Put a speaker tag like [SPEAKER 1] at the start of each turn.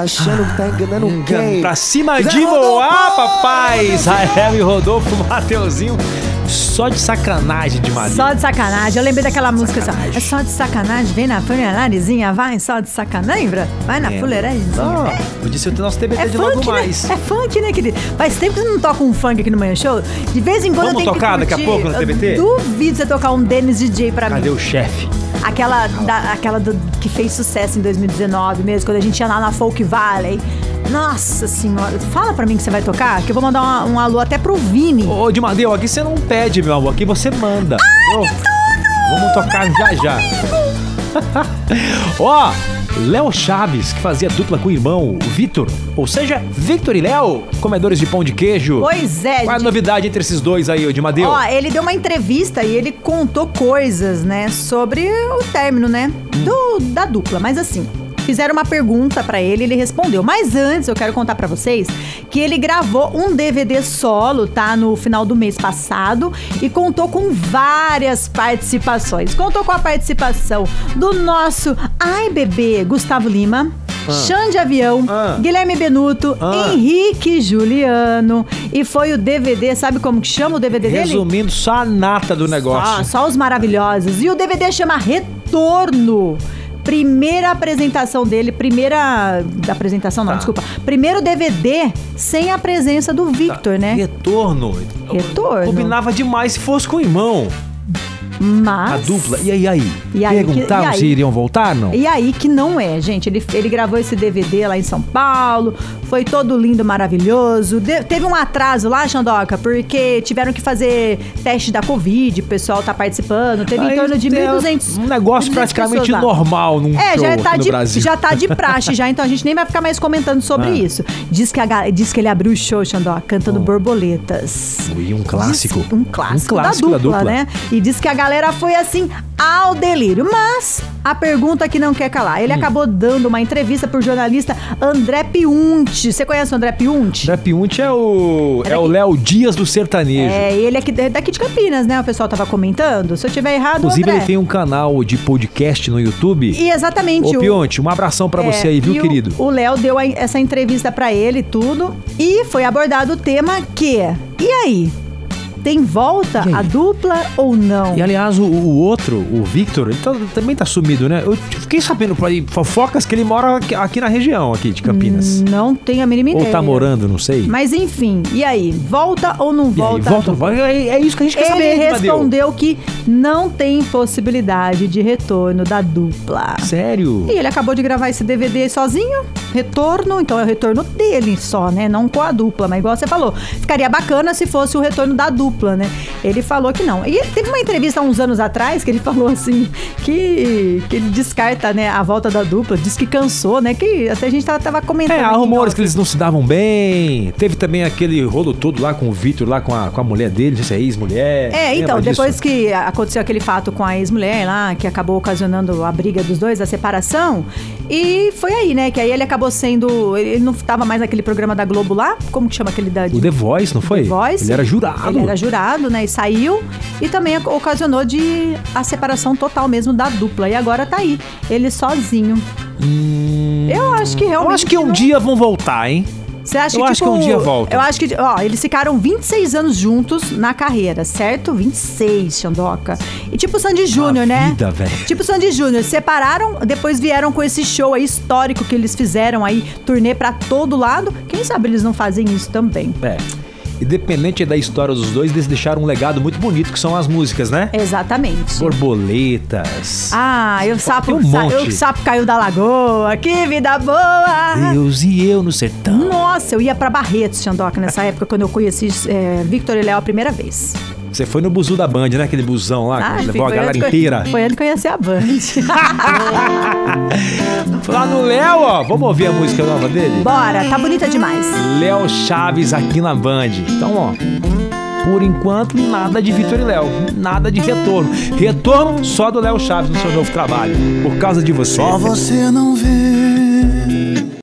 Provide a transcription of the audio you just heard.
[SPEAKER 1] Achando que tá enganando quem?
[SPEAKER 2] Pra cima
[SPEAKER 1] Zé
[SPEAKER 2] de Moá,
[SPEAKER 1] Rodolfo!
[SPEAKER 2] papai! Israel e Rodolfo, Mateuzinho. Só de sacanagem de Maria.
[SPEAKER 3] Só de sacanagem. Eu lembrei daquela música assim, ó. É só de sacanagem, vem na fuleirarizinha, vai só de sacanagem, lembra? Vai na
[SPEAKER 2] É.
[SPEAKER 3] fuleirarizinha.
[SPEAKER 2] Ah, podia ser o nosso TBT
[SPEAKER 3] É
[SPEAKER 2] de logo
[SPEAKER 3] funk, né?
[SPEAKER 2] mais.
[SPEAKER 3] É funk, né, querido? Faz tempo que você não toca um funk aqui no Manhã Show. De vez em quando
[SPEAKER 2] Vamos
[SPEAKER 3] eu tenho
[SPEAKER 2] tocar
[SPEAKER 3] que
[SPEAKER 2] daqui a
[SPEAKER 3] curtir.
[SPEAKER 2] pouco no
[SPEAKER 3] Eu
[SPEAKER 2] TBT?
[SPEAKER 3] Duvido você tocar um Dennis DJ pra
[SPEAKER 2] Cadê
[SPEAKER 3] mim.
[SPEAKER 2] o chefe?
[SPEAKER 3] Aquela, da- aquela do- que fez sucesso em 2019 mesmo, quando a gente ia lá na Folk Valley. Nossa senhora, fala pra mim que você vai tocar, que eu vou mandar uma- um alô até pro Vini.
[SPEAKER 2] Ô, ô, Dimadeu, aqui você não pede, meu amor. Aqui você manda. Ô, Vamos tocar já já. Ó, Léo Chaves, que fazia dupla com o irmão, o Vitor. Ou seja, Victor e Léo, comedores de pão de queijo.
[SPEAKER 3] Pois é,
[SPEAKER 2] Qual é a
[SPEAKER 3] gente.
[SPEAKER 2] novidade entre esses dois aí, ô Dimadeu?
[SPEAKER 3] Ó, ele deu uma entrevista e ele contou coisas, né, sobre o término, né, do, da dupla. Mas assim, fizeram uma pergunta pra ele, ele respondeu. Mas antes, eu quero contar pra vocês que ele gravou um DVD solo, tá, no final do mês passado e contou com várias participações. Contou com a participação do nosso ai bebê Gustavo Lima. Xande Avião,
[SPEAKER 2] Ah.
[SPEAKER 3] Guilherme Benuto,
[SPEAKER 2] Ah.
[SPEAKER 3] Henrique Juliano. E foi o DVD, sabe como que chama o DVD dele?
[SPEAKER 2] Resumindo, só a nata do negócio.
[SPEAKER 3] Só, só os maravilhosos. E o DVD chama Retorno. Primeira apresentação dele, primeira. da Apresentação não,
[SPEAKER 2] Tá.
[SPEAKER 3] desculpa. Primeiro DVD sem a presença do Victor,
[SPEAKER 2] Tá.
[SPEAKER 3] né?
[SPEAKER 2] Retorno.
[SPEAKER 3] Retorno.
[SPEAKER 2] Combinava demais se fosse com o irmão.
[SPEAKER 3] Mas.
[SPEAKER 2] A dupla. E aí, aí?
[SPEAKER 3] Ah, E aí,
[SPEAKER 2] Perguntaram
[SPEAKER 3] que- e aí?
[SPEAKER 2] se iriam voltar, não?
[SPEAKER 3] E aí que não é, gente. Ele, ele gravou esse DVD lá em São Paulo, foi todo lindo, maravilhoso. De- teve um atraso lá, Xandoca, porque tiveram que fazer teste da Covid, o pessoal tá participando. Teve
[SPEAKER 2] Aí
[SPEAKER 3] em torno de
[SPEAKER 2] tem
[SPEAKER 3] 1.200.
[SPEAKER 2] Um negócio
[SPEAKER 3] 1.200
[SPEAKER 2] praticamente
[SPEAKER 3] pessoas lá.
[SPEAKER 2] normal num
[SPEAKER 3] É,
[SPEAKER 2] show
[SPEAKER 3] já tá,
[SPEAKER 2] aqui no
[SPEAKER 3] de,
[SPEAKER 2] Brasil.
[SPEAKER 3] já tá de praxe já, então a gente nem vai ficar mais comentando sobre
[SPEAKER 2] Ah.
[SPEAKER 3] isso. Diz que, a ga- diz que ele abriu o show, Xandó, cantando borboletas.
[SPEAKER 2] Ui, um clássico.
[SPEAKER 3] Diz- um clássico.
[SPEAKER 2] Um clássico da
[SPEAKER 3] da, dupla,
[SPEAKER 2] dupla.
[SPEAKER 3] né? E diz que a galera foi assim ao delírio. Mas a pergunta que não quer calar.
[SPEAKER 2] Hum.
[SPEAKER 3] Ele acabou dando uma entrevista pro jornalista André Piunti. Você conhece o André Piunti?
[SPEAKER 2] Trap Unti é o. É o Léo Dias do sertanejo.
[SPEAKER 3] É, ele é aqui- é daqui de Campinas, né? O pessoal tava comentando. Se eu tiver errado,
[SPEAKER 2] Inclusive,
[SPEAKER 3] André.
[SPEAKER 2] ele tem um canal de podcast no YouTube.
[SPEAKER 3] E exatamente
[SPEAKER 2] Ô,
[SPEAKER 3] o-
[SPEAKER 2] Pionte, um abração pra
[SPEAKER 3] É,
[SPEAKER 2] você aí, viu,
[SPEAKER 3] e o-
[SPEAKER 2] querido?
[SPEAKER 3] O Léo deu a- essa entrevista pra ele e tudo. E foi abordado o tema que. é, E aí? Tem volta
[SPEAKER 2] E aí?
[SPEAKER 3] a dupla ou não?
[SPEAKER 2] E aliás, o, o outro, o Victor, ele tá- também tá sumido, né? Eu fiquei sabendo por aí, fofocas que ele mora aqui, aqui na região, aqui de Campinas.
[SPEAKER 3] Não tenho a mínima ideia.
[SPEAKER 2] Ou tá morando, não sei.
[SPEAKER 3] Hum, é. Mas enfim, e aí? Volta ou não
[SPEAKER 2] E aí,
[SPEAKER 3] volta? a
[SPEAKER 2] volta,
[SPEAKER 3] dupla?
[SPEAKER 2] volta. É, é isso que a gente quer saber,
[SPEAKER 3] Ele
[SPEAKER 2] Tadeu.
[SPEAKER 3] respondeu que não tem possibilidade de retorno da dupla.
[SPEAKER 2] Sério?
[SPEAKER 3] E ele acabou de gravar esse DVD sozinho, retorno, então é o retorno dele só, né? Não com a dupla, mas igual você falou, ficaria bacana se fosse o retorno da dupla, né? Ele falou que não. E ele teve uma entrevista há uns anos atrás que ele falou assim, que, que ele descarta, né, a volta da dupla, diz que cansou, né? Que até a gente tava, tava comentando.
[SPEAKER 2] É, há
[SPEAKER 3] aqui,
[SPEAKER 2] rumores
[SPEAKER 3] ó.
[SPEAKER 2] que eles não se davam bem. Teve também aquele rolo todo lá com o Vitor, lá com a, com a mulher dele, não sei se é ex-mulher.
[SPEAKER 3] É,
[SPEAKER 2] Lembra
[SPEAKER 3] então,
[SPEAKER 2] disso?
[SPEAKER 3] depois que aconteceu aquele fato com a ex-mulher lá, que acabou ocasionando a briga dos dois, a separação, e foi aí, né, que aí ele acabou sendo, ele ele não tava mais naquele programa da Globo lá, como que chama aquele da...
[SPEAKER 2] O The Voice, não foi?
[SPEAKER 3] The Voice.
[SPEAKER 2] Ele era jurado.
[SPEAKER 3] Ele era jurado, né, e saiu, e também ac- ocasionou de a separação total mesmo da dupla, e agora tá aí, ele sozinho. Eu acho que realmente...
[SPEAKER 2] Hum. Eu acho que um
[SPEAKER 3] não-
[SPEAKER 2] dia vão voltar, hein?
[SPEAKER 3] Você acha
[SPEAKER 2] Eu
[SPEAKER 3] que,
[SPEAKER 2] acho
[SPEAKER 3] tipo,
[SPEAKER 2] que um dia volta.
[SPEAKER 3] Eu acho que, ó, eles ficaram 26 anos juntos na carreira, certo? 26, Xandoca. E tipo o Sandy Júnior, né?
[SPEAKER 2] vida, velho.
[SPEAKER 3] Tipo o Sandy Júnior, separaram, depois vieram com esse show aí histórico que eles fizeram aí, turnê pra todo lado. Quem sabe eles não fazem isso também.
[SPEAKER 2] É. Independente da história dos dois, eles deixaram um legado muito bonito, que são as músicas, né?
[SPEAKER 3] Exatamente.
[SPEAKER 2] Borboletas.
[SPEAKER 3] Ah, eu sapo,
[SPEAKER 2] Tem um
[SPEAKER 3] sa-
[SPEAKER 2] monte.
[SPEAKER 3] eu sapo caiu da lagoa, que vida boa!
[SPEAKER 2] Deus e eu no sertão.
[SPEAKER 3] Nossa, eu ia pra Barretos, Xandoca, nessa época, quando eu conheci é, Victor e Léo a primeira vez.
[SPEAKER 2] Você foi no buzu da Band, né? Aquele busão lá,
[SPEAKER 3] Ah,
[SPEAKER 2] que
[SPEAKER 3] enfim,
[SPEAKER 2] levou a
[SPEAKER 3] foi
[SPEAKER 2] galera
[SPEAKER 3] antes que eu-
[SPEAKER 2] inteira.
[SPEAKER 3] Foi ele que eu ia ser a Band.
[SPEAKER 2] Lá no Léo, ó. Vamos ouvir a música nova dele?
[SPEAKER 3] Bora, tá bonita demais.
[SPEAKER 2] Léo Chaves aqui na Band. Então, ó. Por enquanto, nada de Vitor e Léo. Nada de retorno. Retorno só do Léo Chaves no seu novo trabalho. Por causa de você.
[SPEAKER 4] Só você não vê